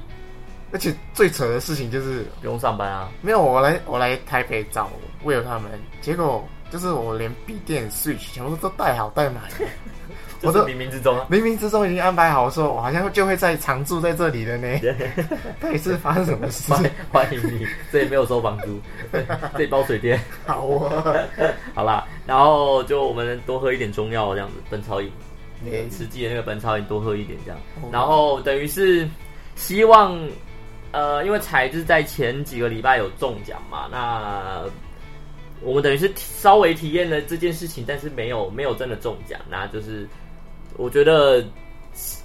Speaker 5: 而且最扯的事情就是，
Speaker 1: 不用上班啊。
Speaker 5: 没有我来我来台北找魏友他们，结果就是我连笔电、Switch 全部都带好 带满了，
Speaker 1: 就
Speaker 5: 我
Speaker 1: 是
Speaker 5: 都
Speaker 1: 冥冥之 中啊。
Speaker 5: 冥冥之中已经安排好说，我好像就会在常住在这里了呢。到底是发生什么事？
Speaker 1: 欢欢迎你，这里没有收房租，这里包水电。
Speaker 5: 好啊，
Speaker 1: 好啦，然后就我们多喝一点中药这样子，本草饮，
Speaker 5: 没
Speaker 1: 实际的那个本草饮多喝一点这样
Speaker 5: 嗯哦，
Speaker 1: 然后等于是希望，呃，因为才就是在前几个礼拜有中奖嘛，那我们等于是稍微体验了这件事情，但是没有没有真的中奖，那就是我觉得。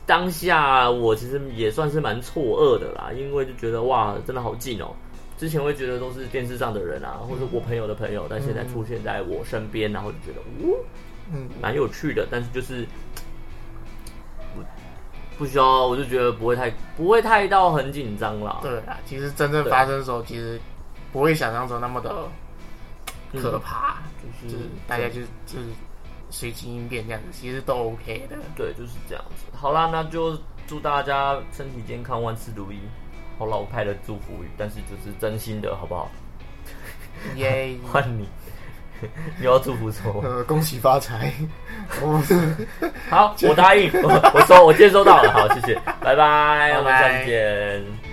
Speaker 1: 当下我其实也算是蛮错愕的啦，因为就觉得哇，真的好近哦。之前会觉得都是电视上的人啊，或者我朋友的朋友，但现在出现在我身边，然后就觉得呜，
Speaker 5: 嗯，
Speaker 1: 蛮有趣的，但是就是不不需要，我就觉得不会太不会太到很紧张啦。
Speaker 5: 对啊，其实真正发生的时候，其实不会想象中那么的
Speaker 1: 嗯
Speaker 5: 可怕，
Speaker 1: 就
Speaker 5: 就是是大家就就是随机应变这样子，其实都 OK 的。
Speaker 1: 对，就是这样子。好啦，那就祝大家身体健康，万事如意。好老派的祝福语，但是就是真心的，好不好？
Speaker 5: 耶、
Speaker 1: 换你， 你要祝福什么？
Speaker 5: 呃，恭喜发财！我
Speaker 1: 好，我答应，我我收，我接收到了。好，谢谢，拜拜，
Speaker 5: 拜
Speaker 1: 我们下次见。